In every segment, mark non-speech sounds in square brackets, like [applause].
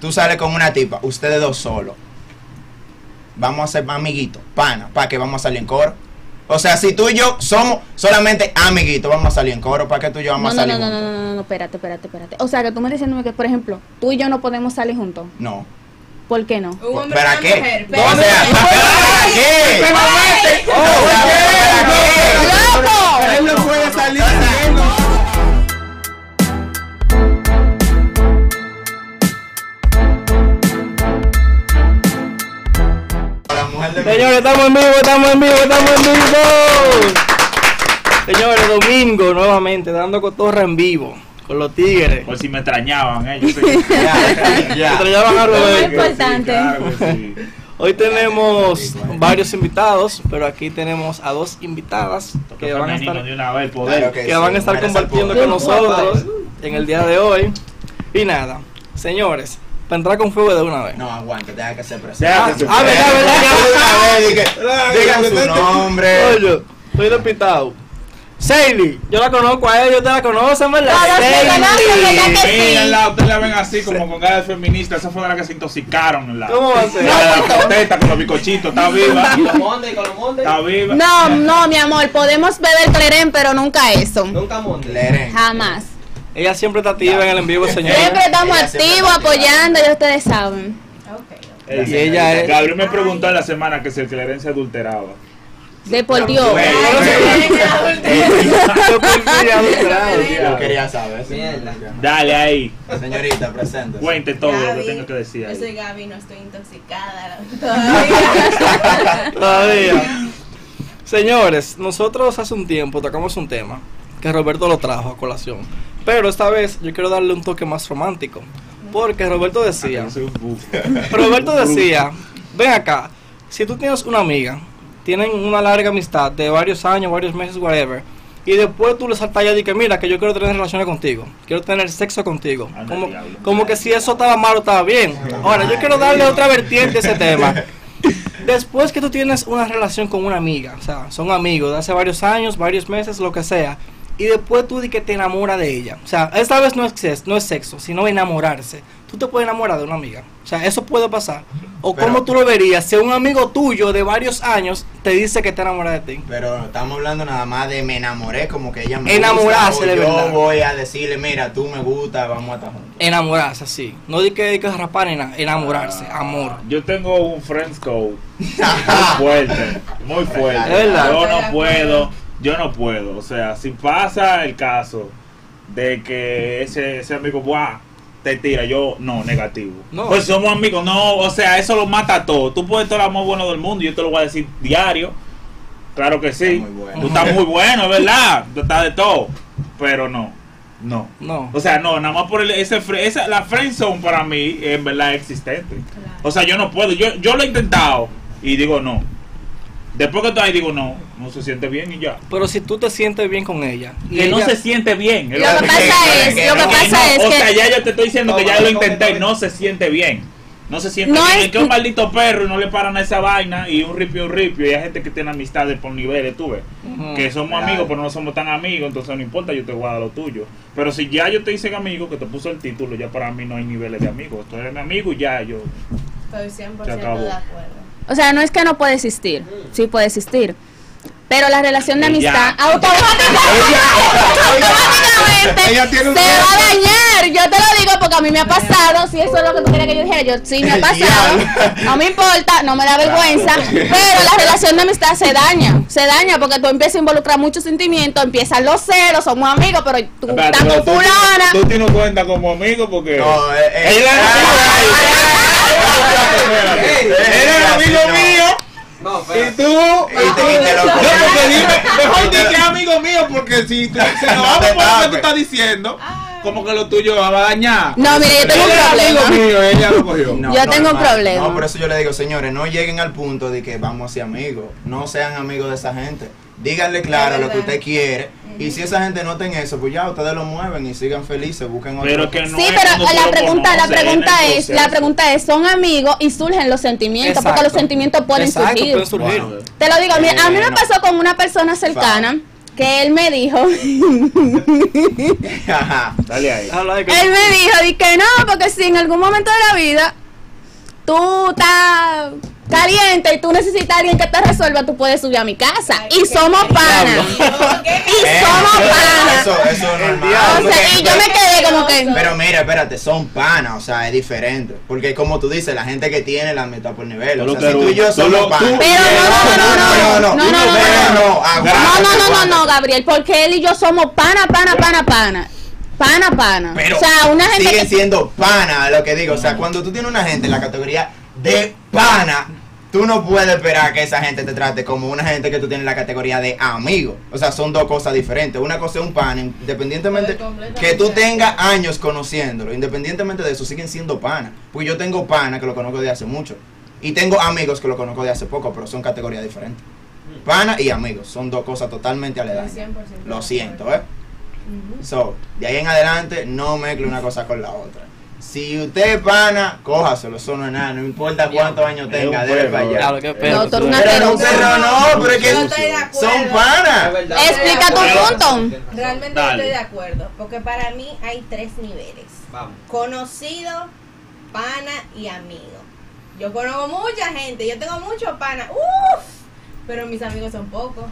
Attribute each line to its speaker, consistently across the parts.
Speaker 1: Tú sales con una tipa, ustedes dos solos. Vamos a ser amiguitos, pana, para que vamos a salir en coro. O sea, si tú y yo somos solamente amiguitos, vamos a salir en coro, para que tú y yo
Speaker 2: No,
Speaker 1: vamos a
Speaker 2: no,
Speaker 1: salir
Speaker 2: no, no, no,
Speaker 1: juntos.
Speaker 2: no, no, no, espérate, espérate, espérate. O sea, que tú me estás diciéndome que, por ejemplo, tú y yo no podemos salir juntos.
Speaker 1: No.
Speaker 2: ¿Por qué no?
Speaker 3: Un hombre
Speaker 1: ¿Para
Speaker 3: y
Speaker 1: qué?
Speaker 3: una mujer.
Speaker 1: O sea,
Speaker 3: [laughs] Pero-
Speaker 1: ¿para qué? O sea, ¿para qué?
Speaker 4: Él no puede salir corriendo.
Speaker 1: La mujer de mi-
Speaker 5: Señores, estamos en vivo, estamos en vivo, estamos en vivo. Señores, domingo nuevamente, dando cotorra en vivo con los tigres.
Speaker 6: Por si Pues me extrañaban, ¿eh? Yo
Speaker 3: [laughs]
Speaker 6: sé que-
Speaker 1: Ya,
Speaker 5: Se
Speaker 1: ya.
Speaker 5: extrañaban a
Speaker 2: Muy
Speaker 5: Roberto.
Speaker 2: importante.
Speaker 6: claro que sí.
Speaker 5: [laughs] Hoy tenemos varios invitados, pero aquí tenemos a dos invitadas que van a
Speaker 6: Femenino
Speaker 5: estar,
Speaker 6: de una vez,
Speaker 1: Claro
Speaker 6: poder.
Speaker 1: que
Speaker 5: que van
Speaker 1: sí,
Speaker 5: a estar
Speaker 1: mujeres
Speaker 5: compartiendo
Speaker 1: al
Speaker 5: con
Speaker 1: poder.
Speaker 5: nosotros en el día de hoy. Y nada, señores, para entrar con fuego de una vez.
Speaker 1: No, aguanta, deja que se presente.
Speaker 6: Sea que se-
Speaker 5: Ah, verdad, verdad.
Speaker 1: Digan su nombre.
Speaker 5: Oye, estoy despistado. Seili, yo la conozco a ella, usted la conoce, ¿verdad?
Speaker 2: Todos me
Speaker 5: Seili.
Speaker 2: conocen, ¿verdad que sí?
Speaker 6: Mírenla, ustedes la ven así, como con cara de feminista. Esa fue la que se intoxicaron. en La,
Speaker 5: ¿Cómo va a ser?
Speaker 6: la de la protesta con los bicochitos. Está viva.
Speaker 4: Con los Monday, con los Monday.
Speaker 6: Está viva.
Speaker 2: No, no, mi amor, podemos beber clerén, pero nunca eso.
Speaker 4: Nunca Monday.
Speaker 1: Leren.
Speaker 2: Jamás.
Speaker 5: Ella siempre está activa en el en vivo, señor.
Speaker 2: Siempre estamos
Speaker 1: Eh, Ella siempre
Speaker 2: activos,
Speaker 1: está activa.
Speaker 2: apoyando, ya ustedes saben.
Speaker 6: Y
Speaker 5: Y ella es-
Speaker 6: Gabriel me preguntó en la semana que si el Clerén se adulteraba.
Speaker 2: De por Dios.
Speaker 1: Bueno.
Speaker 5: Yo cumplí ya dos grados.
Speaker 1: Yo quería saber. sí.
Speaker 4: Mierda.
Speaker 6: Dale ahí.
Speaker 1: Señorita, presente.
Speaker 6: Cuente todo lo que
Speaker 3: Gaby,
Speaker 6: tenga que decir.
Speaker 3: Yo
Speaker 6: ahí.
Speaker 3: soy Gaby, no estoy
Speaker 6: [laughs]
Speaker 3: intoxicada todavía.
Speaker 5: Todavía. Señores, nosotros hace un tiempo tocamos un tema que Roberto lo trajo a colación. Pero esta vez yo quiero darle un toque más romántico. Porque Roberto decía,
Speaker 6: Yo soy un bufo.
Speaker 5: Roberto decía, ven acá, si tú tienes una amiga, tienen una larga amistad de varios años, varios meses, whatever, y después tú le saltas allá y dices, mira, que yo quiero tener relaciones contigo, quiero tener sexo contigo.
Speaker 6: Anda,
Speaker 5: Como,
Speaker 6: diablo.
Speaker 5: como que si eso estaba malo, estaba bien. Ahora, yo quiero darle otra vertiente a ese tema. Después que tú tienes una relación con una amiga, o sea, son amigos de hace varios años, varios meses, lo que sea, y después tú di que te enamora de ella. O sea, esta vez no es, ses- no es sexo, sino enamorarse. Tú te puedes enamorar de una amiga. O sea, eso puede pasar. O
Speaker 1: Pero-
Speaker 5: cómo tú lo verías si un amigo tuyo de varios años te dice que te enamora de ti.
Speaker 1: Pero estamos hablando nada más de me enamoré, como que ella me gusta,
Speaker 5: Enamorarse
Speaker 1: o
Speaker 5: de verdad.
Speaker 1: Yo voy a decirle, mira, tú me gustas, vamos a estar juntos.
Speaker 5: Enamorarse, sí. No di que, di que rapar, enamorarse, amor.
Speaker 6: Yo tengo un friends code muy fuerte, muy fuerte.
Speaker 5: Es verdad.
Speaker 6: Yo no puedo, yo no puedo. O sea, si pasa el caso de que ese, ese amigo, buah, te tira, yo no, negativo.
Speaker 5: No.
Speaker 6: Pues somos amigos, no, o sea, eso lo mata todo. Tú puedes todo el amor bueno del mundo, y yo te lo voy a decir diario. Claro que sí.
Speaker 1: Está muy bueno.
Speaker 6: Tú estás muy bueno, es verdad. Tú estás de todo. Pero no, no.
Speaker 5: No.
Speaker 6: O sea, no, nada más por el, ese, fre- esa, la friendzone para mí en verdad es existente. O sea, yo no puedo, yo, yo lo he intentado y digo no. Después que estoy ahí digo no, no se siente bien y ya.
Speaker 5: Pero si tú te sientes bien con ella. y
Speaker 6: Que no
Speaker 5: ella-
Speaker 6: se siente bien. es
Speaker 2: Lo
Speaker 6: lo
Speaker 2: que
Speaker 6: que
Speaker 2: pasa
Speaker 6: quiero.
Speaker 2: es, lo que pasa es
Speaker 6: O sea,
Speaker 2: que
Speaker 6: ya yo te estoy diciendo que ya
Speaker 4: Toma,
Speaker 6: lo
Speaker 4: toma,
Speaker 6: intenté,
Speaker 4: toma.
Speaker 6: no se siente bien. No se siente
Speaker 2: No
Speaker 6: bien.
Speaker 2: es-
Speaker 6: Es que un maldito perro y no le paran a esa vaina y un ripio, un ripio. Y hay gente que tiene amistades por niveles, tú ves.
Speaker 5: Ujú.
Speaker 6: Que somos
Speaker 1: Claro.
Speaker 6: amigos, pero no somos tan amigos, entonces no importa, yo te voy a dar lo tuyo. Pero si ya yo te hice amigo, que te puso el título, ya para mí no hay niveles de amigos. Tú eres mi amigo y ya yo.
Speaker 3: Estoy 100%
Speaker 6: acabó.
Speaker 3: de acuerdo.
Speaker 2: O sea, no es que no puede existir, sí puede existir. Pero la relación de
Speaker 6: Ella-
Speaker 2: amistad automáticamente, automáticamente
Speaker 4: Ella tiene un
Speaker 2: se va a
Speaker 4: reto.
Speaker 2: dañar. Yo te lo digo porque a mí me ha pasado. Si eso es lo que tú querías que yo dijera, yo sí me ha pasado.
Speaker 1: Diablo.
Speaker 2: No me importa, no me da vergüenza. Pero la relación de amistad se daña. Se daña porque tú empiezas a involucrar muchos sentimientos. Empiezan los celos, somos amigos, pero tú
Speaker 6: Espérate,
Speaker 2: estás
Speaker 6: pero
Speaker 2: con
Speaker 6: tú-
Speaker 2: fulana.
Speaker 6: Tú tienes cuenta como amigo porque.
Speaker 1: No, eh, eh,
Speaker 6: Él era
Speaker 1: ay,
Speaker 6: amigo
Speaker 1: ay, ay,
Speaker 4: Ey, él
Speaker 1: ay, ay,
Speaker 6: Él
Speaker 1: ay,
Speaker 6: era amigo
Speaker 1: no.
Speaker 6: mío
Speaker 4: No,
Speaker 6: y
Speaker 4: espera.
Speaker 6: tú.
Speaker 1: Y te, y te lo
Speaker 4: No, porque dime, mejor di que es amigo mío, porque si te- se
Speaker 1: No
Speaker 4: lo vamos
Speaker 1: te
Speaker 4: por lo que
Speaker 1: tapes.
Speaker 4: tú estás diciendo,
Speaker 2: Ah.
Speaker 3: Ay.
Speaker 4: como que lo tuyo va a dañar.
Speaker 2: No, mire, yo tengo un
Speaker 4: Él era
Speaker 2: problema.
Speaker 4: amigo mío, ella lo cogió.
Speaker 1: No,
Speaker 2: Yo
Speaker 1: no,
Speaker 2: tengo un
Speaker 1: hermano.
Speaker 2: problema.
Speaker 1: No, por eso yo le digo, señores, no lleguen al punto de que vamos a ser amigos. No sean amigos de esa gente. Díganle claro
Speaker 3: Es
Speaker 1: lo que
Speaker 3: verdad.
Speaker 1: usted quiere. Y si esa gente no está en eso, pues ya ustedes lo mueven y sigan felices, busquen otro.
Speaker 6: Pero que no
Speaker 2: sí,
Speaker 6: es
Speaker 2: pero
Speaker 6: cuando tú
Speaker 2: la
Speaker 6: lo
Speaker 2: pregunta, la
Speaker 6: conoces,
Speaker 2: pregunta
Speaker 6: en el
Speaker 2: es, la
Speaker 6: proceso.
Speaker 2: pregunta es, son amigos y surgen los sentimientos, porque los
Speaker 5: Exacto.
Speaker 2: sentimientos pueden
Speaker 5: Exacto,
Speaker 2: surgir.
Speaker 5: pueden surgir.
Speaker 1: Wow.
Speaker 2: Te lo digo, mira, a mí me
Speaker 1: Bueno.
Speaker 2: pasó con una persona cercana que él me dijo, él
Speaker 1: Ajá.
Speaker 6: Dale ahí.
Speaker 1: Ah,
Speaker 5: Déjalo ahí, que-
Speaker 2: me dijo, di que no, porque si en algún momento de la vida tú estás caliente y tú necesitas a alguien que te resuelva, tú puedes subir a mi casa.
Speaker 3: Ay,
Speaker 2: y
Speaker 3: qué
Speaker 2: somos panas. Y
Speaker 1: Eh,
Speaker 2: somos
Speaker 1: pero
Speaker 2: panas.
Speaker 1: Eso, eso es normal.
Speaker 5: diablo.
Speaker 2: O sea, y yo me quedé como que...
Speaker 1: Pero mira, espérate, son panas, o sea, es diferente. Porque como tú dices, la gente que tiene la mitad por nivel. O
Speaker 6: Solo
Speaker 1: sea, si
Speaker 6: Perú.
Speaker 1: tú y yo
Speaker 6: Solo
Speaker 1: somos
Speaker 6: tú.
Speaker 1: panas.
Speaker 2: Pero no, no, no, no, no, no, no, no, no, no, no. No, no, no, no, no, Gabriel, porque él y yo somos pana, pana, pana, pana. Pana, pana.
Speaker 1: Pero
Speaker 2: o sea, una gente
Speaker 1: siguen
Speaker 2: que...
Speaker 1: siendo pana, lo que digo. O sea, cuando tú tienes una gente en la categoría de pana, tú no puedes esperar que esa gente te trate como una gente que tú tienes en la categoría de amigo. O sea, son dos cosas diferentes. Una cosa es un pana, independientemente
Speaker 3: Completamente.
Speaker 1: que tú tengas años conociéndolo, independientemente de eso, siguen siendo pana. Porque yo tengo pana que lo conozco de hace mucho. Y tengo amigos que lo conozco de hace poco, pero son categorías diferentes. Pana y amigos, son dos cosas totalmente aledañas.
Speaker 2: [laughs]
Speaker 3: 100%.
Speaker 1: Lo siento, ¿eh? So, de ahí en adelante no mezcle una cosa con la otra. Si usted es pana, cójaselo, eso no es nada, no importa cuántos años
Speaker 6: Es un
Speaker 1: tenga, debe
Speaker 6: perro,
Speaker 1: para allá.
Speaker 5: Diablo, qué
Speaker 2: No,
Speaker 5: perro.
Speaker 2: tú eres una
Speaker 1: Pero no,
Speaker 2: asqueroso.
Speaker 1: perro, no, pero es
Speaker 3: Yo
Speaker 1: que
Speaker 3: estoy de acuerdo.
Speaker 1: son panas.
Speaker 2: Explica tu punto.
Speaker 3: Realmente
Speaker 6: Dale.
Speaker 3: estoy de acuerdo, porque para mí hay tres niveles.
Speaker 7: Vamos.
Speaker 3: Conocido, pana y amigo. Yo conozco mucha gente, yo tengo muchos panas, uff, pero mis amigos son pocos.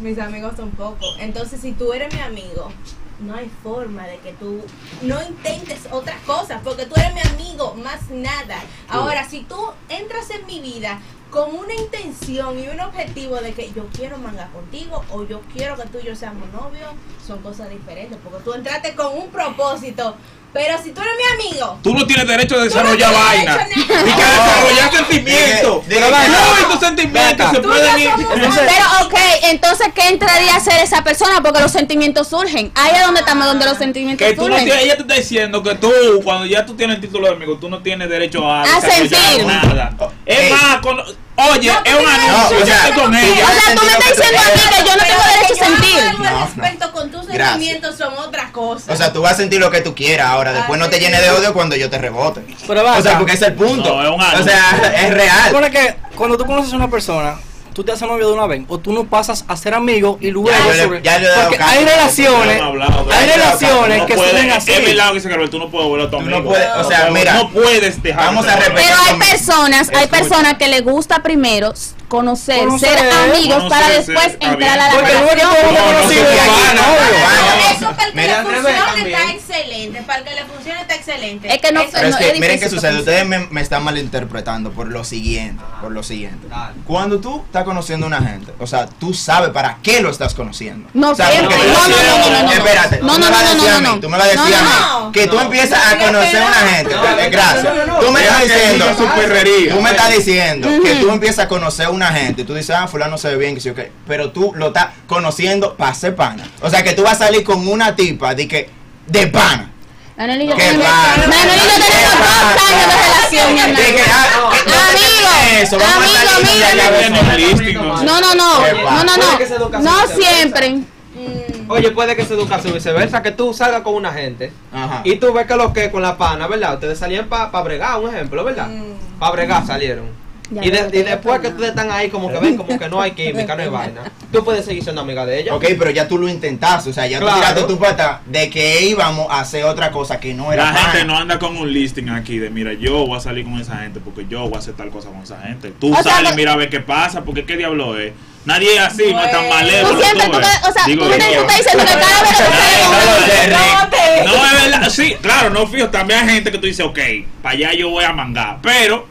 Speaker 3: Mis amigos son pocos. Entonces, si tú eres mi amigo, no hay forma de que tú no intentes otras cosas, porque tú eres mi amigo, más nada. Ahora, si tú entras en mi vida con una intención y un objetivo de que yo quiero manga contigo o yo quiero que tú y yo seamos novios, son cosas diferentes, porque tú entraste con un propósito. Pero si tú eres mi amigo,
Speaker 6: Tú no tienes derecho a
Speaker 3: tú no
Speaker 6: desarrollar
Speaker 3: tienes
Speaker 6: vaina.
Speaker 3: derecho a
Speaker 6: Y
Speaker 3: nada.
Speaker 6: que desarrollar sentimientos.
Speaker 1: Dije- dije-
Speaker 6: No, y tus sentimientos se
Speaker 3: Tú y yo
Speaker 6: pueden ir.
Speaker 3: somos
Speaker 2: Pero, ok, entonces, ¿qué entraría a ser esa persona? Porque los sentimientos surgen. Ahí es donde estamos, donde los sentimientos
Speaker 6: Que tú no
Speaker 2: surgen.
Speaker 6: tienes, ella te está diciendo que tú, cuando ya tú tienes el título de amigo, tú no tienes derecho a,
Speaker 2: A
Speaker 6: desarrollar
Speaker 2: sentir.
Speaker 6: nada. Es
Speaker 1: Ey.
Speaker 6: más, con- oye,
Speaker 3: No, tú
Speaker 6: es un
Speaker 3: tienes
Speaker 6: anuncio,
Speaker 1: derecho,
Speaker 6: yo estoy
Speaker 1: yo
Speaker 6: con
Speaker 1: no
Speaker 6: ella.
Speaker 1: quiero.
Speaker 2: O sea, tú me estás diciendo a mí que yo no tengo derecho a sentir.
Speaker 3: Pero que
Speaker 1: No,
Speaker 3: yo hago algo al
Speaker 1: no.
Speaker 3: respecto con tus
Speaker 1: Gracias.
Speaker 3: sentimientos son otras cosas.
Speaker 1: O sea, tú vas a sentir lo que tú quieras ahora, después no te llenes de odio cuando yo te rebote.
Speaker 5: Pero va
Speaker 1: O sea,
Speaker 5: acá.
Speaker 1: porque ese es el punto.
Speaker 6: No, es un algo.
Speaker 1: O sea, es
Speaker 5: Se
Speaker 1: real.
Speaker 5: supone que cuando tú conoces a una persona, tú te haces novio de una vez o tú no pasas a ser amigo y luego
Speaker 1: Ya yo le-
Speaker 5: sobre-
Speaker 1: ya yo le he dado
Speaker 5: porque
Speaker 1: caso,
Speaker 5: hay
Speaker 1: no
Speaker 5: relaciones,
Speaker 6: hemos hablado,
Speaker 5: hay
Speaker 1: ya yo le he dado
Speaker 5: relaciones
Speaker 1: caso,
Speaker 5: que
Speaker 6: puedes-
Speaker 5: suelen así.
Speaker 6: Es verdad que dice Gabriel, tú no puedes volver a tu
Speaker 1: Tú
Speaker 6: amigo.
Speaker 1: no puedes, o sea,
Speaker 6: puedes-
Speaker 1: mira,
Speaker 6: No puedes dejar.
Speaker 1: vamos
Speaker 6: de
Speaker 1: a
Speaker 6: ser
Speaker 1: repetir.
Speaker 2: Pero
Speaker 6: amigo.
Speaker 2: hay personas, hay
Speaker 1: Escucha.
Speaker 2: personas que les gusta primero s- conocer,
Speaker 5: Conocer,
Speaker 3: eh,
Speaker 2: ser amigos para
Speaker 6: conocer,
Speaker 2: después
Speaker 6: ser
Speaker 2: entrar a la
Speaker 5: Porque luego que todo el
Speaker 2: relación.
Speaker 5: mundo
Speaker 6: No, no,
Speaker 5: conocido
Speaker 6: no,
Speaker 5: y
Speaker 6: no,
Speaker 5: aquí,
Speaker 1: no,
Speaker 5: novio.
Speaker 1: no, Ah, no,
Speaker 3: Para eso que el que
Speaker 1: Mira,
Speaker 3: le
Speaker 7: al revés
Speaker 3: funcione
Speaker 7: también.
Speaker 3: está excelente. Para el que le funcione está excelente.
Speaker 2: Es que no-
Speaker 3: Eso
Speaker 1: Pero es
Speaker 2: no,
Speaker 1: que,
Speaker 2: es
Speaker 1: miren qué
Speaker 2: difícil
Speaker 1: sucede,
Speaker 2: que
Speaker 1: ustedes me, me están malinterpretando por lo siguiente, por lo siguiente.
Speaker 7: Dale.
Speaker 1: Cuando tú estás conociendo a una gente, o sea, tú sabes para qué lo estás conociendo.
Speaker 2: No
Speaker 1: o sea,
Speaker 2: siempre.
Speaker 1: porque tú
Speaker 2: No,
Speaker 1: vas a
Speaker 2: no,
Speaker 1: decir-
Speaker 2: no, no, no, no.
Speaker 1: Espérate.
Speaker 2: No,
Speaker 1: tú
Speaker 2: no,
Speaker 1: me vas a
Speaker 2: no, no,
Speaker 1: decir a
Speaker 2: no,
Speaker 1: mí,
Speaker 2: no.
Speaker 1: Tú me vas a decir
Speaker 2: No,
Speaker 1: a
Speaker 3: no.
Speaker 1: mí que tú
Speaker 7: No.
Speaker 1: empiezas a
Speaker 3: No,
Speaker 1: conocer a
Speaker 3: no,
Speaker 1: una
Speaker 3: no.
Speaker 1: gente. Eh,
Speaker 7: No, no,
Speaker 1: Gracias.
Speaker 7: no, no, no.
Speaker 1: Tú me
Speaker 7: Deja
Speaker 1: estás
Speaker 7: que
Speaker 1: diciendo.
Speaker 7: diga su perrería.
Speaker 1: Tú me estás diciendo que tú empiezas a conocer a una gente. y Tú dices, ah, fulano se ve bien, que sí, ok. Pero tú lo estás conociendo para ser pana. O sea, que tú vas a salir con una tipa de que de pana.
Speaker 2: Manuel y yo
Speaker 1: Qué
Speaker 2: tenemos
Speaker 1: raro.
Speaker 2: Manuel y yo
Speaker 1: Qué raro.
Speaker 2: tenemos dos años de relación, mi
Speaker 1: De
Speaker 2: hermano.
Speaker 1: que, ah, que no te
Speaker 2: Amigo,
Speaker 1: termine eso, vamos a
Speaker 2: amigo,
Speaker 1: salir con
Speaker 2: mira,
Speaker 1: la llave
Speaker 6: Tienen
Speaker 1: sola.
Speaker 7: mira.
Speaker 6: listing,
Speaker 7: No,
Speaker 2: No, no, no,
Speaker 1: Qué
Speaker 2: no, no,
Speaker 7: Puede que se educa
Speaker 2: no, no
Speaker 7: sin
Speaker 2: siempre.
Speaker 3: Mm,
Speaker 7: Oye, puede que se educa su viceversa, que tú salgas con una gente
Speaker 1: Ajá.
Speaker 7: y tú ves que lo que con la pana, ¿verdad? Ustedes salían para pa bregar, un ejemplo, ¿verdad?
Speaker 3: Mm.
Speaker 7: Para bregar salieron.
Speaker 2: Ya
Speaker 7: y, de-
Speaker 2: veo,
Speaker 7: y
Speaker 2: ya veo.
Speaker 7: después que ustedes están ahí como que ven como que no hay
Speaker 2: [laughs]
Speaker 7: química, no hay vaina. Tú puedes seguir siendo amiga de ella.
Speaker 1: Ok, pero ya tú lo intentaste, o sea, ya
Speaker 7: Claro.
Speaker 1: tú tiraste tu pata de que íbamos a hacer otra cosa que no era
Speaker 6: La
Speaker 1: pana.
Speaker 6: gente no anda con un listing aquí de mira, yo voy a salir con esa gente porque yo voy a hacer tal cosa con esa gente. Tú
Speaker 2: O sea,
Speaker 6: sales,
Speaker 2: que-
Speaker 6: mira a ver qué pasa, porque qué diablo es. Nadie es así, no es tan
Speaker 3: Bueno.
Speaker 6: malévolo.
Speaker 2: Tú siempre, tú,
Speaker 6: ves.
Speaker 2: que- o sea,
Speaker 6: Digo
Speaker 2: tú me
Speaker 6: yo.
Speaker 2: tú estás diciendo que cada vez que tú sales con
Speaker 1: No
Speaker 2: una
Speaker 1: lo sé, Rick.
Speaker 6: No, es verdad. Sí, claro, no fijo. También hay gente que tú dices, ok, para allá yo voy a mangar. Pero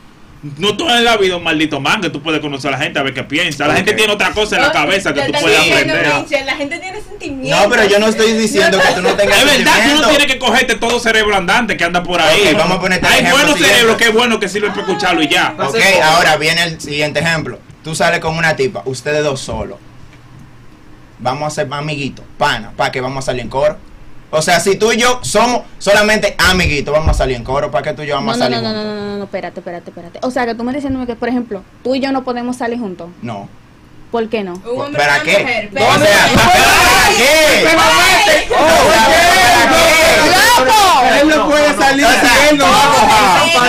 Speaker 6: no todo en la vida es un maldito manga. Tú puedes conocer a la gente, a ver qué piensa. La
Speaker 1: Ok.
Speaker 6: gente tiene otra cosa en la
Speaker 3: no,
Speaker 6: cabeza que
Speaker 3: te
Speaker 6: tú
Speaker 3: estoy
Speaker 6: puedes
Speaker 3: diciendo,
Speaker 6: aprender.
Speaker 3: Michelle, La gente tiene sentimientos.
Speaker 1: No, pero yo no estoy diciendo que tú no tengas
Speaker 6: Es verdad que uno
Speaker 1: sentimiento.
Speaker 6: tiene que cogerte todo cerebro andante que anda por ahí.
Speaker 1: Ok, vamos a ponerte el
Speaker 6: Hay
Speaker 1: ejemplo
Speaker 6: buenos
Speaker 1: siguiente.
Speaker 6: cerebros que es bueno que sirve para escucharlo y ya.
Speaker 7: que-
Speaker 1: Ok, ahora viene el siguiente ejemplo. Tú sales con una tipa, ustedes dos solos. Vamos a ser amiguitos, pana, para que vamos a salir en coro. O sea, si tú y yo somos solamente amiguitos, vamos a salir en coro, para que tú y yo
Speaker 2: No,
Speaker 1: vamos a
Speaker 2: no,
Speaker 1: salir
Speaker 2: no, no, no,
Speaker 1: juntos?
Speaker 2: no, no, no, espérate, espérate, espérate. O sea, que tú me diciéndome que, por ejemplo, tú y yo no podemos salir juntos.
Speaker 1: No.
Speaker 2: ¿Por qué no?
Speaker 3: Un hombre
Speaker 1: ¿Para
Speaker 3: y una
Speaker 1: qué?
Speaker 3: mujer,
Speaker 1: O sea,
Speaker 3: pero-
Speaker 1: ¿para qué?
Speaker 2: ¡Loco!
Speaker 4: Él no puede salir
Speaker 1: O sea,
Speaker 4: saliendo.
Speaker 1: no,
Speaker 4: No,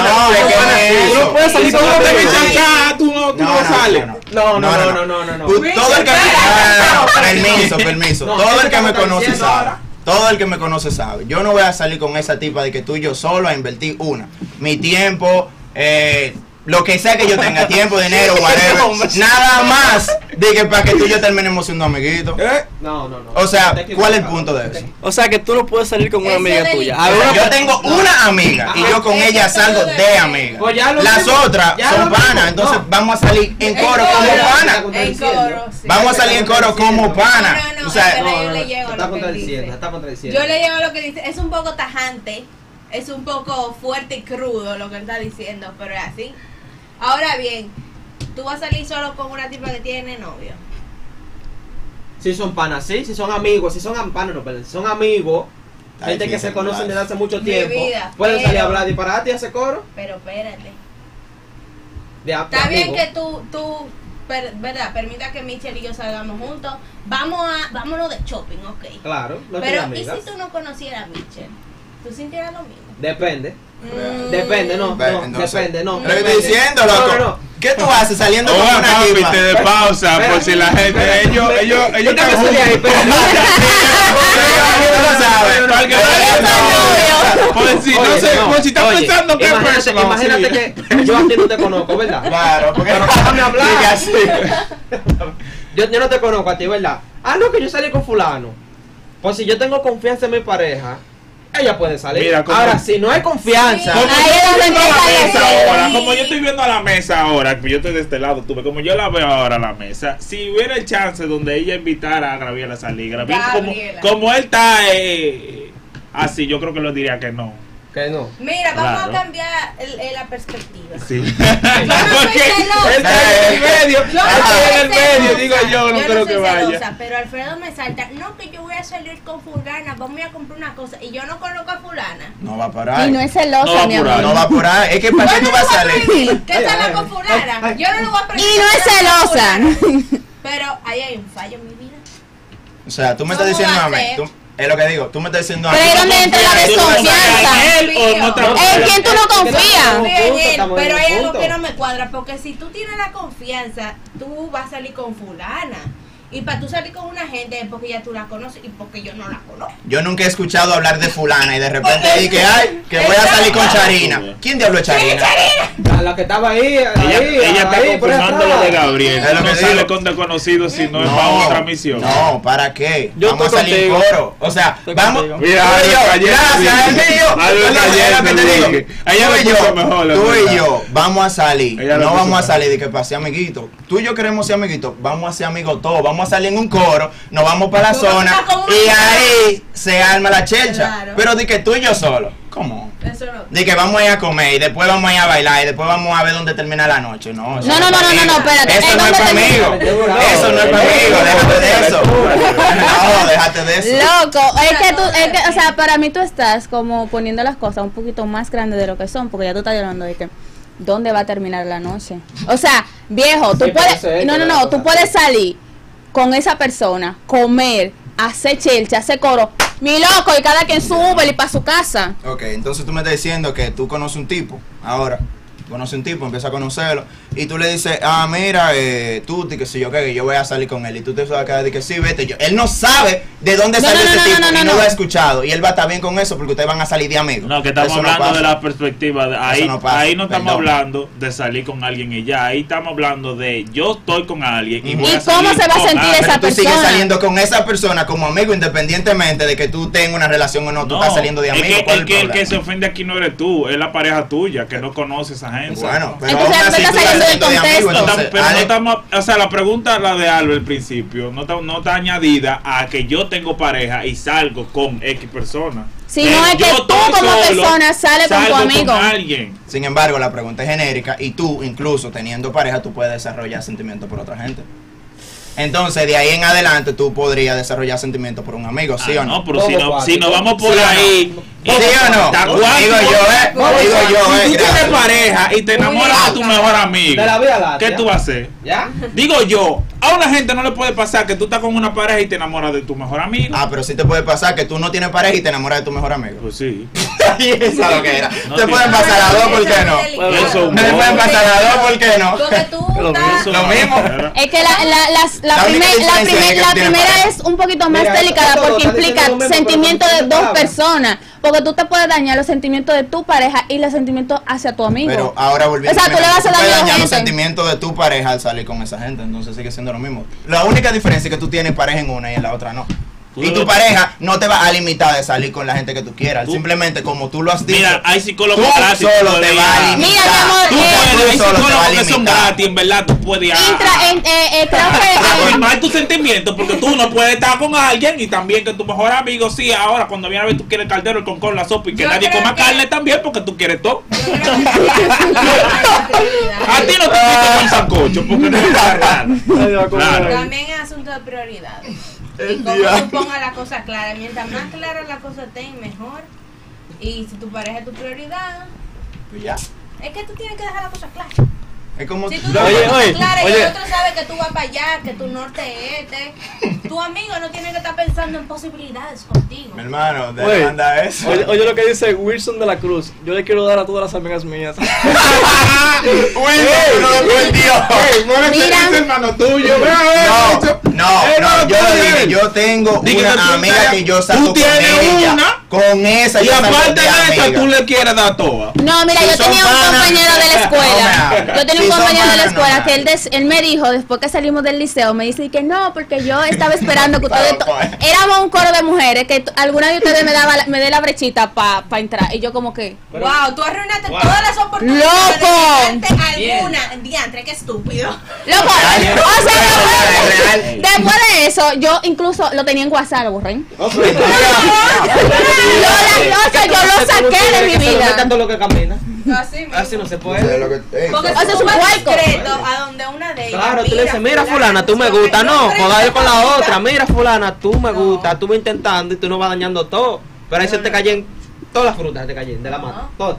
Speaker 1: no,
Speaker 4: no,
Speaker 1: es que no es
Speaker 5: Tú no
Speaker 1: eso.
Speaker 5: puedes salir con
Speaker 6: Tú no
Speaker 5: otra
Speaker 6: te
Speaker 5: persona.
Speaker 6: ves acá, tú no no, tú no, sales.
Speaker 7: No, no, no, no, no, no, no.
Speaker 1: Tú- Todo el que
Speaker 7: Richard,
Speaker 1: me-
Speaker 7: espera.
Speaker 1: Permiso, permiso.
Speaker 7: No,
Speaker 1: Todo
Speaker 7: eso
Speaker 1: el que
Speaker 7: que me
Speaker 1: me
Speaker 7: está
Speaker 1: conoce
Speaker 7: diciendo
Speaker 1: sabe.
Speaker 7: ahora.
Speaker 1: Todo el que me conoce sabe. Yo no voy a salir con esa tipa de que tú y yo solo a invertir una. Mi tiempo, eh, lo que sea que yo tenga, tiempo,
Speaker 7: [laughs]
Speaker 1: dinero, whatever. Nada más de que para que tú y yo terminemos siendo amiguitos.
Speaker 6: ¿Eh?
Speaker 7: No, no, no.
Speaker 1: O sea,
Speaker 7: Te
Speaker 1: ¿cuál es el
Speaker 7: equivocas.
Speaker 1: punto de eso?
Speaker 5: O sea que tú no puedes salir con una
Speaker 3: Eso
Speaker 5: amiga
Speaker 3: del-
Speaker 5: tuya.
Speaker 1: A
Speaker 5: A
Speaker 1: ver,
Speaker 5: una
Speaker 1: yo tengo una amiga y yo con
Speaker 3: Eso
Speaker 1: ella
Speaker 3: está
Speaker 1: salgo
Speaker 3: bien.
Speaker 1: de amiga.
Speaker 7: Pues ya lo
Speaker 1: Las
Speaker 7: mismo.
Speaker 1: otras
Speaker 7: Ya
Speaker 1: son
Speaker 7: lo mismo.
Speaker 1: panas, entonces
Speaker 7: No.
Speaker 1: vamos a salir en coro como
Speaker 7: coro.
Speaker 1: panas.
Speaker 3: En coro, sí.
Speaker 1: Vamos a salir en coro como panas.
Speaker 3: No, no,
Speaker 1: O sea,
Speaker 3: espera,
Speaker 7: No,
Speaker 3: yo
Speaker 7: no,
Speaker 3: le
Speaker 7: no,
Speaker 3: llego a
Speaker 7: está
Speaker 3: lo que él
Speaker 7: contradiciendo,
Speaker 3: dice.
Speaker 7: está contradiciendo.
Speaker 3: Yo le llevo lo que dice, es un poco tajante, es un poco fuerte y crudo lo que él está diciendo, pero es así. Ahora bien, tú vas a salir solo con una tipa que tiene novio.
Speaker 7: Si son panas, sí, si son amigos, si son am- panas, no, perdón, si son amigos,
Speaker 1: Está
Speaker 7: gente que
Speaker 1: difícil,
Speaker 7: se conocen desde hace mucho
Speaker 3: Mi
Speaker 7: tiempo,
Speaker 3: vida,
Speaker 7: pueden salir a
Speaker 3: pero-
Speaker 7: hablar disparate y hacer coro.
Speaker 3: Pero espérate.
Speaker 7: De a- de
Speaker 3: Está bien
Speaker 7: amigos.
Speaker 3: que tú, tú, per- verdad, permita que Michelle y yo salgamos juntos. Vamos a, vámonos de shopping, ok.
Speaker 7: Claro, no tiene
Speaker 3: Pero, ¿y
Speaker 7: amigas.
Speaker 3: si tú no conocieras a Michelle? ¿Tú sintieras lo mismo?
Speaker 7: Depende.
Speaker 3: Mm.
Speaker 7: Depende, no,
Speaker 1: Ve,
Speaker 7: no,
Speaker 1: entonces,
Speaker 7: depende, no.
Speaker 1: Lo que estoy
Speaker 7: depende.
Speaker 1: diciendo,
Speaker 7: No, no,
Speaker 1: loco.
Speaker 7: no.
Speaker 1: ¿Qué tú haces saliendo con
Speaker 6: Oiga,
Speaker 1: una
Speaker 6: papi,
Speaker 1: tipa?
Speaker 6: te de pausa,
Speaker 7: Espera.
Speaker 6: Ah, por si la gente,
Speaker 7: Espera.
Speaker 6: ellos, ellos, ellos están
Speaker 7: Quítame eso de ahí,
Speaker 6: juntos.
Speaker 7: espera.
Speaker 6: Para el que no haya-
Speaker 2: Ellos
Speaker 6: [laughs] Por si no
Speaker 7: Oye,
Speaker 6: sé, por si estás
Speaker 7: oye,
Speaker 6: pensando que es
Speaker 7: imagínate-
Speaker 6: personal.
Speaker 7: Imagínate que yo a ti no te conozco, ¿verdad?
Speaker 1: Claro, porque
Speaker 7: Pero
Speaker 1: [laughs]
Speaker 7: déjame hablar.
Speaker 1: Diga así.
Speaker 7: Yo, yo no te conozco a ti, ¿verdad? Ah, no, que yo salí con fulano. Pues si yo tengo confianza en mi pareja, ella puede salir.
Speaker 6: Mira, como-
Speaker 7: Ahora, si no hay confianza,
Speaker 6: Como
Speaker 2: Ahí
Speaker 6: yo
Speaker 2: es
Speaker 6: estoy
Speaker 2: donde
Speaker 6: viendo a la
Speaker 2: empieza
Speaker 6: mesa
Speaker 2: el
Speaker 6: ahora,
Speaker 2: error.
Speaker 6: como yo estoy viendo a la mesa ahora, que yo estoy de este lado, tú ves, como yo la veo ahora a la mesa, si hubiera el chance donde ella invitara a Gabriela a salir, Gabriela, como,
Speaker 3: Gabriela.
Speaker 6: como él está eh, así, yo creo que lo diría que no.
Speaker 7: que no.
Speaker 3: Mira, vamos
Speaker 6: Claro.
Speaker 3: a cambiar el- el- la
Speaker 7: [laughs]
Speaker 3: perspectiva.
Speaker 6: [laughs] Sí.
Speaker 3: soy celosa.
Speaker 6: él
Speaker 7: Este
Speaker 6: está en el medio, él
Speaker 3: Yo no
Speaker 6: está en el
Speaker 3: soy celosa.
Speaker 6: medio, digo yo, no creo que
Speaker 3: soy
Speaker 6: vaya.
Speaker 3: celosa, pero Alfredo me salta, no que yo voy a salir con fulana, vamos a ir a comprar una cosa y yo no conozco a fulana.
Speaker 1: No va a
Speaker 2: Y
Speaker 1: parar.
Speaker 2: no es
Speaker 6: No va
Speaker 2: celosa,
Speaker 6: a
Speaker 2: mi
Speaker 6: apurar.
Speaker 2: amor.
Speaker 1: No va a parar. Es que para qué
Speaker 3: Yo
Speaker 1: tú
Speaker 3: no
Speaker 1: vas a
Speaker 3: voy
Speaker 1: salir.
Speaker 3: prohibir que
Speaker 7: Ay,
Speaker 3: salga
Speaker 7: ay,
Speaker 3: con fulana. Yo no lo voy a prohibir.
Speaker 2: Y no es
Speaker 3: que salga con
Speaker 2: celosa.
Speaker 3: fulana. Pero ahí hay un fallo en mi vida.
Speaker 1: O sea, tú me estás
Speaker 3: ¿Cómo
Speaker 1: diciendo
Speaker 3: va a
Speaker 1: a mí.
Speaker 3: ser?
Speaker 1: tú- Es lo que digo. Tú me estás diciendo a mí.
Speaker 2: Pero ahí es donde entra la
Speaker 6: ¿Tú
Speaker 2: desconfianza.
Speaker 6: confías en él o no te-
Speaker 2: ¿En quién tú no confías?
Speaker 3: Confío en él,
Speaker 7: estamos en
Speaker 3: pero
Speaker 7: un
Speaker 3: hay algo
Speaker 7: punto.
Speaker 3: que no me cuadra, porque si tú tienes la confianza, tú vas a salir con fulana. Y para tú salir con una gente es porque ya tú la conoces y porque yo no la conozco.
Speaker 1: Yo nunca he escuchado hablar de fulana y de repente dije, ay, que voy a salir con Charina. ¿Quién diablo es Charina?
Speaker 7: A la que estaba ahí,
Speaker 6: Ella,
Speaker 7: ahí,
Speaker 6: ella está
Speaker 7: ahí, por ahí
Speaker 6: confirmando lo
Speaker 7: atrás.
Speaker 6: de Gabriel.
Speaker 1: Es lo
Speaker 6: No
Speaker 1: que
Speaker 6: sale
Speaker 1: digo.
Speaker 6: con desconocidos si no es para otra misión.
Speaker 1: No, ¿para qué?
Speaker 5: Yo
Speaker 1: vamos a
Speaker 5: estoy
Speaker 1: salir
Speaker 5: contigo.
Speaker 1: coro. O sea,
Speaker 5: Estoy
Speaker 1: vamos.
Speaker 5: contigo.
Speaker 6: Mira,
Speaker 1: tú y
Speaker 6: algo
Speaker 1: yo,
Speaker 6: cayendo,
Speaker 1: gracias,
Speaker 6: sí.
Speaker 1: es mío.
Speaker 6: Algo
Speaker 1: Tú y yo,
Speaker 6: cayendo,
Speaker 1: es lo que te
Speaker 6: Luigi.
Speaker 1: digo.
Speaker 6: Ella
Speaker 1: Tú
Speaker 6: lo
Speaker 1: y
Speaker 6: puso
Speaker 1: yo,
Speaker 6: mejor, la
Speaker 1: Tú
Speaker 6: verdad.
Speaker 1: y yo vamos a salir.
Speaker 6: Ella lo
Speaker 1: No
Speaker 6: puso
Speaker 1: vamos a
Speaker 6: mejor.
Speaker 1: salir de que pase amiguito. Tú y yo queremos ser amiguitos. Vamos a ser amigos todos. Vamos a salir en un coro. Nos vamos para la
Speaker 3: Nos vamos
Speaker 1: zona.
Speaker 3: a la
Speaker 1: Y
Speaker 3: comunidad.
Speaker 1: ahí se arma la chelcha.
Speaker 3: Claro.
Speaker 1: Pero di que tú y yo solo. ¿Cómo?
Speaker 3: Eso no.
Speaker 1: De que vamos a ir a comer y después vamos a ir a bailar y después vamos a ver dónde termina la noche. No, eso
Speaker 2: No, no, no,
Speaker 1: es
Speaker 2: no, no, no,
Speaker 1: para
Speaker 2: espérate.
Speaker 1: mí. Eso
Speaker 2: ¿En
Speaker 1: no es
Speaker 2: dónde
Speaker 1: para
Speaker 2: termina?
Speaker 1: amigos. Eso no es para amigos. Déjate de eso. No, déjate de eso.
Speaker 2: Loco, es que tú, es que, o sea, para mí tú estás como poniendo las cosas un poquito más grandes de lo que son, porque ya tú estás hablando de que dónde va a terminar la noche. O sea, viejo, tú
Speaker 7: Sí, pero eso
Speaker 2: puedes,
Speaker 7: es
Speaker 2: no, no,
Speaker 7: que la
Speaker 2: no, tú
Speaker 7: cosa-
Speaker 2: puedes salir con esa persona, comer, hacer chelcha, hacer coro, mi loco, y cada quien sube y para su casa.
Speaker 1: Ok, entonces tú me estás diciendo que tú conoces un tipo, ahora, conoces un tipo, empieza a conocerlo, y tú le dices, ah, mira, eh, tú, que si yo qué, que yo voy a salir con él, y tú te vas a quedar de que sí, vete, yo. Él no sabe de dónde
Speaker 2: No,
Speaker 1: salió
Speaker 2: no,
Speaker 1: ese
Speaker 2: no, no,
Speaker 1: tipo,
Speaker 2: no,
Speaker 1: y no,
Speaker 2: no, no.
Speaker 1: lo ha escuchado, y él va a estar bien con eso, porque ustedes van a salir de amigos.
Speaker 6: No, que estamos
Speaker 1: Eso no
Speaker 6: hablando
Speaker 1: pasa.
Speaker 6: de la perspectiva. de- ahí,
Speaker 1: no pasa,
Speaker 6: ahí no estamos
Speaker 1: perdón.
Speaker 6: hablando de salir con alguien y ya. Ahí estamos hablando de yo estoy con alguien y
Speaker 1: Ujú.
Speaker 6: voy
Speaker 2: ¿Y
Speaker 6: a salir
Speaker 2: cómo se va a
Speaker 6: con
Speaker 2: sentir
Speaker 6: alguien.
Speaker 2: esa
Speaker 1: Pero tú sigues
Speaker 2: persona.
Speaker 1: saliendo con esa persona como amigo, independientemente de que tú tengas una relación o no, tú
Speaker 6: No,
Speaker 1: estás saliendo de
Speaker 6: es
Speaker 1: amigo.
Speaker 6: que-
Speaker 1: ¿cuál
Speaker 6: es
Speaker 1: es
Speaker 6: que
Speaker 1: el
Speaker 6: el que
Speaker 1: problema?
Speaker 6: se ofende aquí no eres tú, es la pareja tuya que no conoce a esa gente.
Speaker 1: Bueno, pero
Speaker 2: Entonces,
Speaker 1: aún
Speaker 2: no
Speaker 1: así tú
Speaker 2: está
Speaker 1: estás
Speaker 2: saliendo del
Speaker 1: saliendo de amigo,
Speaker 2: contexto.
Speaker 6: No
Speaker 1: entonces,
Speaker 6: tam- pero no
Speaker 1: Ale-
Speaker 6: estamos, o sea, la pregunta la de Alba al principio no está, no está añadida a que yo tengo pareja y salgo con X persona.
Speaker 2: Si no es que
Speaker 6: yo
Speaker 2: tú
Speaker 6: estoy
Speaker 2: como persona sales con tu
Speaker 6: salgo
Speaker 2: amigo.
Speaker 6: alguien.
Speaker 1: Sin embargo, la pregunta es genérica y tú, incluso teniendo pareja, tú puedes desarrollar sentimientos por otra gente. Entonces, de ahí en adelante, tú podrías desarrollar sentimientos por un amigo, Pues ¿sí
Speaker 6: Ah,
Speaker 1: o no?
Speaker 6: no, pero si
Speaker 7: Todo
Speaker 6: no,
Speaker 7: cuático.
Speaker 6: si nos vamos por
Speaker 1: ¿Sí o no?
Speaker 6: ahí,
Speaker 1: ¿Sí o no?
Speaker 6: ¿Te acuerdas?
Speaker 1: Digo yo, eh. Digo yo, eh.
Speaker 6: Si tú tienes
Speaker 1: gracias.
Speaker 6: pareja y te enamoras de tu mejor amigo,
Speaker 7: De la vida láctea.
Speaker 6: ¿qué tú vas a hacer?
Speaker 7: ¿Ya?
Speaker 6: Digo yo, a una gente no le puede pasar que tú estás con una pareja y te enamoras de tu mejor amigo.
Speaker 1: Ah, pero sí te puede pasar que tú no tienes pareja y te enamoras de tu mejor amigo.
Speaker 6: Pues sí.
Speaker 1: Y [laughs] esa es lo que era. te
Speaker 6: No tiene-
Speaker 1: pueden pasar a dos, ¿por qué no?
Speaker 6: Eso
Speaker 1: No te pueden pasar a dos, ¿por qué no? [laughs]
Speaker 3: Porque tú
Speaker 5: Lo
Speaker 3: estás-
Speaker 6: Eso
Speaker 1: Lo
Speaker 6: no,
Speaker 1: mismo.
Speaker 6: ¿verdad?
Speaker 2: Es que la, la, las- la,
Speaker 1: La única
Speaker 2: primer- la,
Speaker 1: diferencia
Speaker 2: primer-
Speaker 1: es que
Speaker 2: la
Speaker 1: tiene
Speaker 2: primera
Speaker 1: pareja.
Speaker 2: es un poquito más
Speaker 7: Mira,
Speaker 2: delicada
Speaker 7: todo,
Speaker 2: porque
Speaker 7: está diciendo
Speaker 2: implica
Speaker 7: lo mismo, pero
Speaker 2: sentimientos
Speaker 7: con
Speaker 2: de
Speaker 7: distintas
Speaker 2: dos
Speaker 7: palabras.
Speaker 2: personas. Porque tú te puedes dañar los sentimientos de tu pareja y los sentimientos hacia tu amigo.
Speaker 1: Pero ahora volviendo.
Speaker 2: O sea, tú le vas a hacer daño a
Speaker 1: puedes
Speaker 2: la
Speaker 1: dañar los
Speaker 2: gente.
Speaker 1: sentimientos de tu pareja al salir con esa gente. Entonces sigue siendo lo mismo. La única diferencia es que tú tienes pareja en una y en la otra no.
Speaker 6: Tú
Speaker 1: Y tu
Speaker 6: debes-
Speaker 1: pareja no te va a limitar de salir con la gente que tú quieras.
Speaker 6: Tú-
Speaker 1: Simplemente como tú lo has dicho.
Speaker 6: Mira, hay psicólogos
Speaker 1: tú
Speaker 6: gratis.
Speaker 1: solo
Speaker 6: puedes
Speaker 1: te
Speaker 6: ir
Speaker 1: vas
Speaker 6: a-
Speaker 1: a limitar.
Speaker 2: Mira, mi amor,
Speaker 6: Tú
Speaker 2: eh,
Speaker 6: puedes,
Speaker 1: tú
Speaker 6: hay
Speaker 1: solo te vas
Speaker 6: psicólogos
Speaker 1: a
Speaker 6: que son
Speaker 1: limitar.
Speaker 6: gratis, en verdad, tú puedes ir a-
Speaker 2: Intra,
Speaker 1: [laughs]
Speaker 2: en, eh, eh, creo
Speaker 1: Ah,
Speaker 2: que, eh,
Speaker 6: afirmar tus sentimientos porque tú no puedes estar con alguien y también que tu mejor amigo sí ahora cuando viene a ver tú quieres el caldero el concón la sopa y que
Speaker 3: Yo
Speaker 6: nadie
Speaker 3: creo
Speaker 6: coma
Speaker 3: que-
Speaker 6: carne también porque tú quieres todo
Speaker 3: Yo creo que tú tienes prioridad.
Speaker 6: a ti no te gusta con sancocho porque no es verdad claro
Speaker 3: También es asunto de prioridades.
Speaker 1: El
Speaker 3: Y como
Speaker 1: diablo.
Speaker 3: tú pongas la cosa clara. Mientras más clara la cosa esté, mejor. Y si tu pareja es tu prioridad,
Speaker 1: Pues ya.
Speaker 3: es que tú tienes que dejar la cosa clara.
Speaker 1: Es como
Speaker 3: Si tú
Speaker 1: tú-
Speaker 3: no
Speaker 5: Oye,
Speaker 3: dejas la
Speaker 5: oye,
Speaker 3: cosa clara y
Speaker 5: oye.
Speaker 3: el otro sabe que tú vas para allá, que tu norte es este, tu amigo no tiene que estar pensando en posibilidades contigo.
Speaker 1: Mi hermano,
Speaker 5: Oye,
Speaker 1: demanda eso.
Speaker 5: Oye,
Speaker 1: [laughs]
Speaker 5: oye lo que dice Wilson de la Cruz. Yo le quiero dar a todas las amigas mías.
Speaker 4: Ey, no eres
Speaker 2: Mira.
Speaker 4: ese hermano tuyo. Ve a ver,
Speaker 1: No,
Speaker 4: macho.
Speaker 1: no,
Speaker 4: Ey,
Speaker 1: no, yo
Speaker 4: tú
Speaker 1: lo
Speaker 4: eres.
Speaker 1: dije, yo tengo
Speaker 6: Dije que tú
Speaker 1: una amiga
Speaker 6: tienes-
Speaker 1: que yo
Speaker 6: tú
Speaker 1: salgo con
Speaker 6: tienes
Speaker 1: ella.
Speaker 6: una.
Speaker 1: Con esa
Speaker 6: y
Speaker 1: yo salgo de
Speaker 6: aparte de eso
Speaker 1: amiga.
Speaker 6: tú le quieres dar toda
Speaker 2: No, mira,
Speaker 1: Si
Speaker 2: yo
Speaker 1: son
Speaker 2: tenía un
Speaker 1: panas,
Speaker 2: compañero de la
Speaker 1: no me
Speaker 2: escuela.
Speaker 1: hables.
Speaker 2: Yo tenía un
Speaker 1: Si son
Speaker 2: compañero de la
Speaker 1: panas, no
Speaker 2: escuela
Speaker 1: me
Speaker 2: que él, des- él me dijo, después que salimos del liceo, me dice que no, porque yo estaba esperando que ustedes... to-
Speaker 1: Estaba fuera.
Speaker 2: Éramos un coro de mujeres que t- alguna de ustedes me daba la- me dé la brechita para entrar. Y yo como que...
Speaker 3: wow, tú arruinaste todas las oportunidades.
Speaker 2: Loco.
Speaker 3: de quitarte alguna. Diantre, qué estúpido.
Speaker 2: Loco,
Speaker 1: Real.
Speaker 2: o sea, después-
Speaker 1: Real.
Speaker 2: después de eso, yo incluso lo tenía en WhatsApp, lo borré.
Speaker 7: Yo
Speaker 2: Yo, la- o sea, yo lo saqué de mi vida.
Speaker 7: tanto lo que camina.
Speaker 3: Así mismo.
Speaker 7: Así no se
Speaker 1: O sea, lo
Speaker 7: puede.
Speaker 1: que- eh,
Speaker 3: Porque
Speaker 2: Eso es
Speaker 3: tú
Speaker 2: un
Speaker 3: vas
Speaker 2: hueco.
Speaker 3: discreto a donde una de ellas.
Speaker 7: Claro, tú le dices, mira fulana, tú me
Speaker 3: fulana,
Speaker 7: gusta, no,
Speaker 3: pero
Speaker 7: joder
Speaker 3: esa
Speaker 7: con la
Speaker 3: fulana-
Speaker 7: otra, mira fulana, tú me
Speaker 3: No.
Speaker 7: gusta, tú me intentando y tú no vas dañando todo. Pero ahí se
Speaker 3: No,
Speaker 7: te
Speaker 3: no.
Speaker 7: cayen todas las frutas, se te cayen de la mata,
Speaker 3: No.
Speaker 7: todas.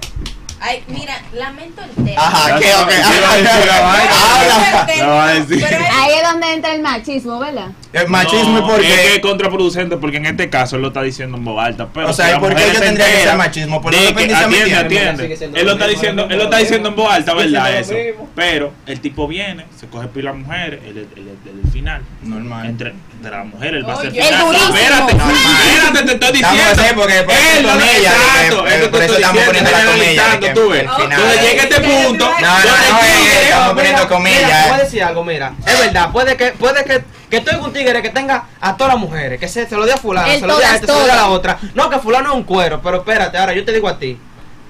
Speaker 3: Ay, mira, lamento el tema.
Speaker 1: Ajá, Ah, ¿qué? ok,
Speaker 6: Yo iba a decir
Speaker 1: ajá,
Speaker 6: la vaina.
Speaker 1: ajá,
Speaker 3: Lamento
Speaker 1: [laughs] habla.
Speaker 3: el
Speaker 6: No,
Speaker 3: tema,
Speaker 6: a decir.
Speaker 3: pero hay-
Speaker 2: Ahí es donde entra el machismo, ¿verdad?
Speaker 1: El machismo
Speaker 6: No,
Speaker 1: y por
Speaker 6: es que es
Speaker 1: qué.
Speaker 6: contraproducente porque en este caso él lo está diciendo en voz alta pero
Speaker 1: O sea,
Speaker 6: si
Speaker 1: ¿y
Speaker 6: la
Speaker 1: por qué
Speaker 6: mujer
Speaker 1: yo
Speaker 6: se
Speaker 1: tendría que ser
Speaker 6: entera
Speaker 1: machismo? Pues Por
Speaker 6: de
Speaker 1: eso
Speaker 6: que-
Speaker 1: pendiente a mi
Speaker 6: atiende,
Speaker 1: tiempo.
Speaker 6: atiende.
Speaker 7: Sigue siendo
Speaker 6: él lo
Speaker 7: lo
Speaker 6: está
Speaker 7: mismo,
Speaker 6: diciendo
Speaker 7: lo
Speaker 6: él lo está
Speaker 7: mismo.
Speaker 6: diciendo en voz alta
Speaker 7: Sigue
Speaker 6: verdad eso
Speaker 7: siendo lo mismo.
Speaker 6: pero el tipo viene se coge pila mujeres el, el, el- el final
Speaker 1: Normal.
Speaker 6: entre, entre las mujeres él va a ser
Speaker 3: Oye.
Speaker 6: final
Speaker 2: El durísimo.
Speaker 6: espérate espérate te estoy
Speaker 1: Estamos
Speaker 6: diciendo
Speaker 1: así porque por eso
Speaker 6: él no
Speaker 1: son
Speaker 6: lo
Speaker 1: ellas,
Speaker 6: exacto,
Speaker 1: porque-
Speaker 6: es que te
Speaker 1: por eso
Speaker 6: estoy
Speaker 1: estamos
Speaker 6: diciendo,
Speaker 1: poniendo la comilla,
Speaker 6: generalizando,
Speaker 1: que
Speaker 6: tú ves.
Speaker 1: el final.
Speaker 6: entonces llega este punto
Speaker 3: No,
Speaker 1: No, no,
Speaker 6: donde
Speaker 1: no,
Speaker 6: el
Speaker 1: eh,
Speaker 6: tigre-
Speaker 1: estamos poniendo
Speaker 7: Mira, te voy a
Speaker 6: eh.
Speaker 1: comillas.
Speaker 7: decir algo, mira. Es verdad, puede que, puede que, que estoy con un tigre que tenga a todas las mujeres, que se, se lo dé a fulano,
Speaker 2: El
Speaker 7: se lo dé a
Speaker 2: todas,
Speaker 7: este, se lo dé a la
Speaker 2: todas.
Speaker 7: otra. No, que fulano es un cuero, pero espérate, ahora yo te digo a ti.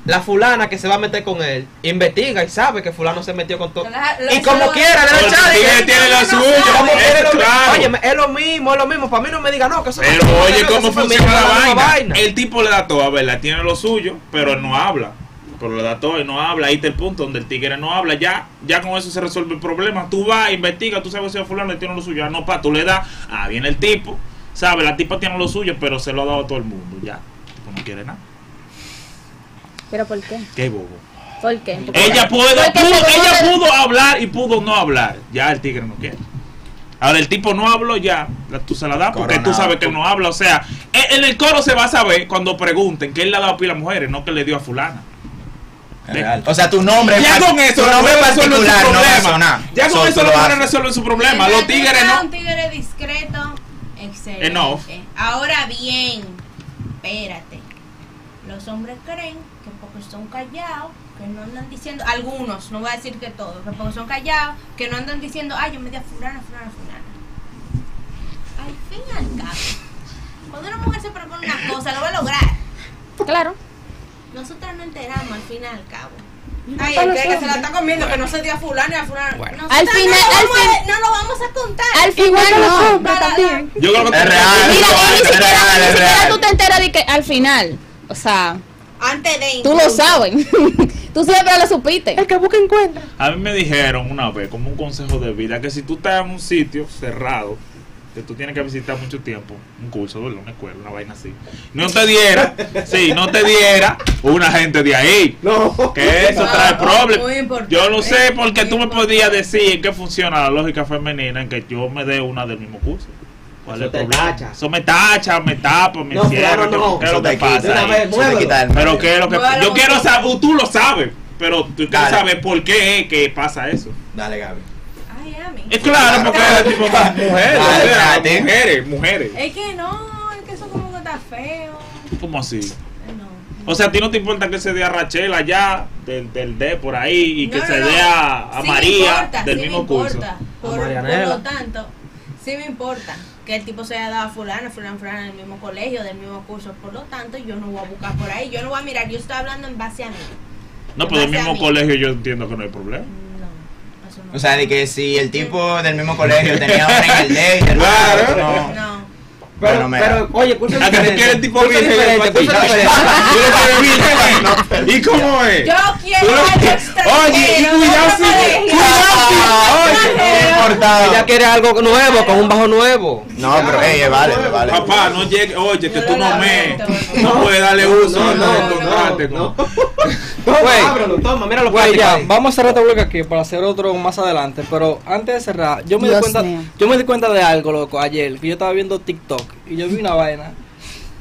Speaker 7: La fulana que se va a meter con él, investiga y sabe que fulano se metió con todo.
Speaker 3: Claro,
Speaker 7: Y
Speaker 3: eso
Speaker 7: como
Speaker 3: lo-
Speaker 7: quiera, le da
Speaker 6: Porque el
Speaker 7: chance.
Speaker 6: tigre tiene lo
Speaker 7: No, no,
Speaker 6: suyo,
Speaker 7: como
Speaker 6: eso
Speaker 7: quiera,
Speaker 6: es
Speaker 7: lo mismo.
Speaker 6: claro.
Speaker 7: Oye, es lo mismo, es lo mismo. Para mí no me diga no, que eso
Speaker 6: Pero
Speaker 7: es lo mismo,
Speaker 6: oye,
Speaker 7: no, que
Speaker 6: ¿cómo
Speaker 7: eso es
Speaker 6: funciona
Speaker 7: familia,
Speaker 6: la
Speaker 7: es misma
Speaker 6: vaina? [laughs] El tipo le da todo, ¿verdad? Tiene lo suyo, pero no habla. Pero le da todo y no habla. Ahí está el punto donde el tigre no habla. Ya ya con eso se resuelve el problema. Tú vas, investigas, tú sabes si a fulano le tiene lo suyo. Ah, no, pa, tú le das. Ah, viene el tipo. ¿Sabes? La tipa tiene lo suyo, pero se lo ha dado a todo el mundo. Ya. El tipo no quiere nada.
Speaker 2: ¿Pero por qué?
Speaker 6: Qué bobo.
Speaker 2: ¿Por qué?
Speaker 6: Ella pudo,
Speaker 2: Porque
Speaker 6: pudo-
Speaker 2: según
Speaker 6: ella
Speaker 2: el-
Speaker 6: pudo hablar y pudo no hablar. Ya el tigre no quiere. Ahora el tipo no habló ya, la- tú se la das porque tú
Speaker 1: Coronado.
Speaker 6: sabes que él no habla. O sea, e- en el coro se va a saber cuando pregunten que él le ha dado pila a mujeres, no que le dio a fulana.
Speaker 1: Real. O sea, tu nombre.
Speaker 6: Ya
Speaker 1: par-
Speaker 6: con eso
Speaker 1: tu
Speaker 6: las
Speaker 1: nombre
Speaker 6: mujeres resuelven su
Speaker 1: particular Eh, no va a
Speaker 6: problema.
Speaker 1: sonar.
Speaker 6: Ya con
Speaker 1: So,
Speaker 6: eso
Speaker 1: tú
Speaker 6: los
Speaker 1: lo
Speaker 6: mujeres
Speaker 1: haces.
Speaker 6: resuelven su problema.
Speaker 3: Mientras
Speaker 6: Los
Speaker 3: tú
Speaker 6: tigres
Speaker 3: seas
Speaker 6: no.
Speaker 3: Un tigre discreto, excelente.
Speaker 6: Enough.
Speaker 3: Ahora bien, espérate. Los hombres creen que porque son callados, que no andan diciendo, algunos, no voy a decir que todos, que porque son callados, que no andan diciendo, ay, yo me di a fulana, fulana, fulana. Al fin y al cabo, cuando una mujer se propone una cosa, lo va a lograr.
Speaker 2: Claro.
Speaker 3: Nosotras no enteramos al fin y al cabo.
Speaker 2: para
Speaker 3: Ay, el que
Speaker 2: los
Speaker 3: que se la está comiendo, que no se dio a fulano y a fulano. Nosotras
Speaker 2: Al final-
Speaker 3: no, lo
Speaker 2: al
Speaker 3: vamos a-
Speaker 2: fin-
Speaker 3: no lo vamos a contar.
Speaker 2: Al final no.
Speaker 3: Para la-
Speaker 6: Yo creo que
Speaker 1: Es real.
Speaker 2: Mira, y ni
Speaker 1: Es
Speaker 2: siquiera,
Speaker 1: real,
Speaker 2: ni
Speaker 1: es
Speaker 2: siquiera
Speaker 1: real.
Speaker 2: tú te enteras de que al final, o sea,
Speaker 3: Antes de
Speaker 2: tú lo sabes. [laughs] tú siempre lo supiste.
Speaker 7: que busca encuentra.
Speaker 6: A mí me dijeron una vez, como un consejo de vida, que si tú estás en un sitio cerrado que tú tienes que visitar mucho tiempo, un curso, ¿verdad? una escuela, una vaina así, no te diera, sí, no te diera una gente de ahí.
Speaker 7: No.
Speaker 6: Que eso
Speaker 3: Ah,
Speaker 6: trae
Speaker 3: muy
Speaker 6: problemas.
Speaker 3: importante.
Speaker 6: Yo no sé porque
Speaker 3: Muy
Speaker 6: tú me
Speaker 3: importante.
Speaker 6: podías decir en qué funciona la lógica femenina en que yo me dé una del mismo curso. ¿Cuál es
Speaker 7: Eso
Speaker 6: el
Speaker 7: te
Speaker 6: problema?
Speaker 7: tacha.
Speaker 6: Eso me tacha, me tapa, me
Speaker 7: No,
Speaker 6: cierra.
Speaker 7: claro, no.
Speaker 6: ¿Qué es lo
Speaker 1: Eso
Speaker 6: que
Speaker 1: te
Speaker 6: pasa?
Speaker 1: quita,
Speaker 7: una
Speaker 6: ahí?
Speaker 7: vez,
Speaker 1: eso te
Speaker 7: muévelo.
Speaker 1: quita el
Speaker 6: Pero
Speaker 1: medio.
Speaker 6: qué es lo que
Speaker 3: Muévelo,
Speaker 6: Yo quiero
Speaker 3: muévelo.
Speaker 6: saber, tú lo sabes, pero tú quieres
Speaker 1: Dale.
Speaker 6: saber por qué es que pasa eso.
Speaker 1: Dale, Gaby.
Speaker 3: Ay, Ami.
Speaker 6: Es claro, porque es tipo más mujeres,
Speaker 1: Dale,
Speaker 6: o sea,
Speaker 1: date.
Speaker 6: mujeres, mujeres.
Speaker 3: Es que no, es que eso como que está feo.
Speaker 6: ¿Cómo así?
Speaker 3: No.
Speaker 6: O sea, a ti no te importa que se dé a Rachel allá, del, del D por ahí, y que
Speaker 3: No,
Speaker 6: se
Speaker 3: no,
Speaker 6: dé
Speaker 3: no.
Speaker 6: a, a
Speaker 3: Sí me
Speaker 6: María
Speaker 3: importa,
Speaker 6: del
Speaker 3: sí
Speaker 6: mismo
Speaker 3: me
Speaker 6: curso.
Speaker 3: importa. Por,
Speaker 7: A
Speaker 3: por
Speaker 7: Marianela.
Speaker 3: lo tanto, sí me importa que el tipo sea dado a fulano, fulano, fulano del mismo colegio, del mismo curso. Por lo tanto, yo no voy a buscar por ahí. Yo no voy a mirar. Yo estoy hablando en base a mí.
Speaker 6: No, pero del
Speaker 3: Base a
Speaker 6: mismo
Speaker 3: mí.
Speaker 6: colegio yo entiendo que no hay problema.
Speaker 3: No, eso no.
Speaker 1: O sea, de que si el tipo del mismo colegio tenía una en el day, el otro no.
Speaker 3: no.
Speaker 1: Bueno,
Speaker 7: Pero,
Speaker 1: mira.
Speaker 7: pero, oye, curso
Speaker 6: ¿A que tú
Speaker 7: diferente.
Speaker 6: quieres tipo
Speaker 7: Curso
Speaker 6: virgen
Speaker 7: diferente,
Speaker 6: para ti?
Speaker 7: curso diferente.
Speaker 6: [laughs]
Speaker 4: ¿Y cómo es?
Speaker 3: Yo quiero algo extranjero.
Speaker 4: Oye, y
Speaker 3: de
Speaker 4: cuidado
Speaker 3: otro
Speaker 4: si-
Speaker 3: colegio.
Speaker 1: Bien
Speaker 7: Ella
Speaker 5: Ah.
Speaker 1: cortado.
Speaker 7: quiere algo nuevo, con un bajo nuevo.
Speaker 1: No, pero ey, vale, vale.
Speaker 6: Papá, no llegue, oye, que
Speaker 3: Yo
Speaker 6: tú
Speaker 3: lo
Speaker 6: no me,
Speaker 3: lamento,
Speaker 6: no
Speaker 3: no.
Speaker 6: puedes darle
Speaker 7: No,
Speaker 6: uso
Speaker 7: no,
Speaker 6: a
Speaker 7: no,
Speaker 6: los
Speaker 7: no,
Speaker 6: contratos,
Speaker 7: no.
Speaker 6: como-
Speaker 7: Güey,
Speaker 5: Güey.
Speaker 7: ábrelo, toma, mira los
Speaker 5: Güey, ya,
Speaker 7: plásticos ahí.
Speaker 5: vamos a cerrar este bloque aquí para hacer otro más adelante. Pero antes de cerrar, yo me di
Speaker 2: Dios
Speaker 5: cuenta,
Speaker 2: mío.
Speaker 5: yo me di cuenta de algo, loco, ayer, que yo estaba viendo TikTok y yo vi una vaina.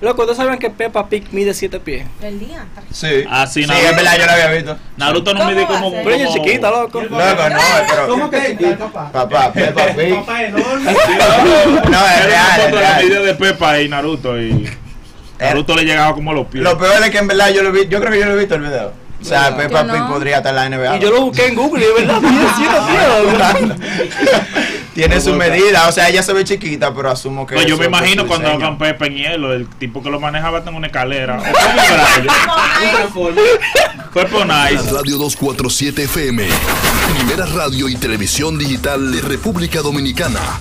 Speaker 5: Loco, ¿ustedes saben que Peppa Pig mide 7 pies?
Speaker 3: El día.
Speaker 1: Sí.
Speaker 6: Así,
Speaker 1: Ah, sí,
Speaker 6: no.
Speaker 1: es verdad, yo lo había visto.
Speaker 6: Naruto no
Speaker 3: ¿Cómo
Speaker 6: mide
Speaker 3: va a
Speaker 6: como...
Speaker 3: ser?
Speaker 5: Pero ella es
Speaker 6: como-
Speaker 5: chiquita, loco.
Speaker 1: Loco, no, pero.
Speaker 7: ¿Cómo que chiquita?
Speaker 1: [laughs] Papá, Peppa Pig.
Speaker 4: enorme.
Speaker 6: [laughs]
Speaker 1: No, es
Speaker 6: Era una
Speaker 1: real, Eh,
Speaker 6: foto
Speaker 1: es
Speaker 6: de la medida
Speaker 1: real. Eh,
Speaker 6: de Pepa y Naruto y... Naruto le llegaba como a los pies.
Speaker 1: Lo peor es que en verdad yo lo vi, yo creo que yo lo he visto el video. O sea,
Speaker 5: Yo
Speaker 1: Peppa
Speaker 2: no.
Speaker 1: Pig podría estar en la NBA.
Speaker 5: Y yo lo busqué en Google y de verdad mide 7 pies, loco.
Speaker 1: [laughs] Tiene su
Speaker 6: Loco.
Speaker 1: medida, o sea, ella se ve chiquita, pero asumo que.
Speaker 6: No, yo
Speaker 1: eso
Speaker 6: me
Speaker 1: es por
Speaker 6: imagino
Speaker 1: su
Speaker 6: cuando
Speaker 1: diseño.
Speaker 6: hagan Pepa en hielo, el tipo que lo manejaba está en una escalera. O fue por ahí. Fue por nice.
Speaker 8: Radio 247 FM, primera radio y televisión digital de República Dominicana.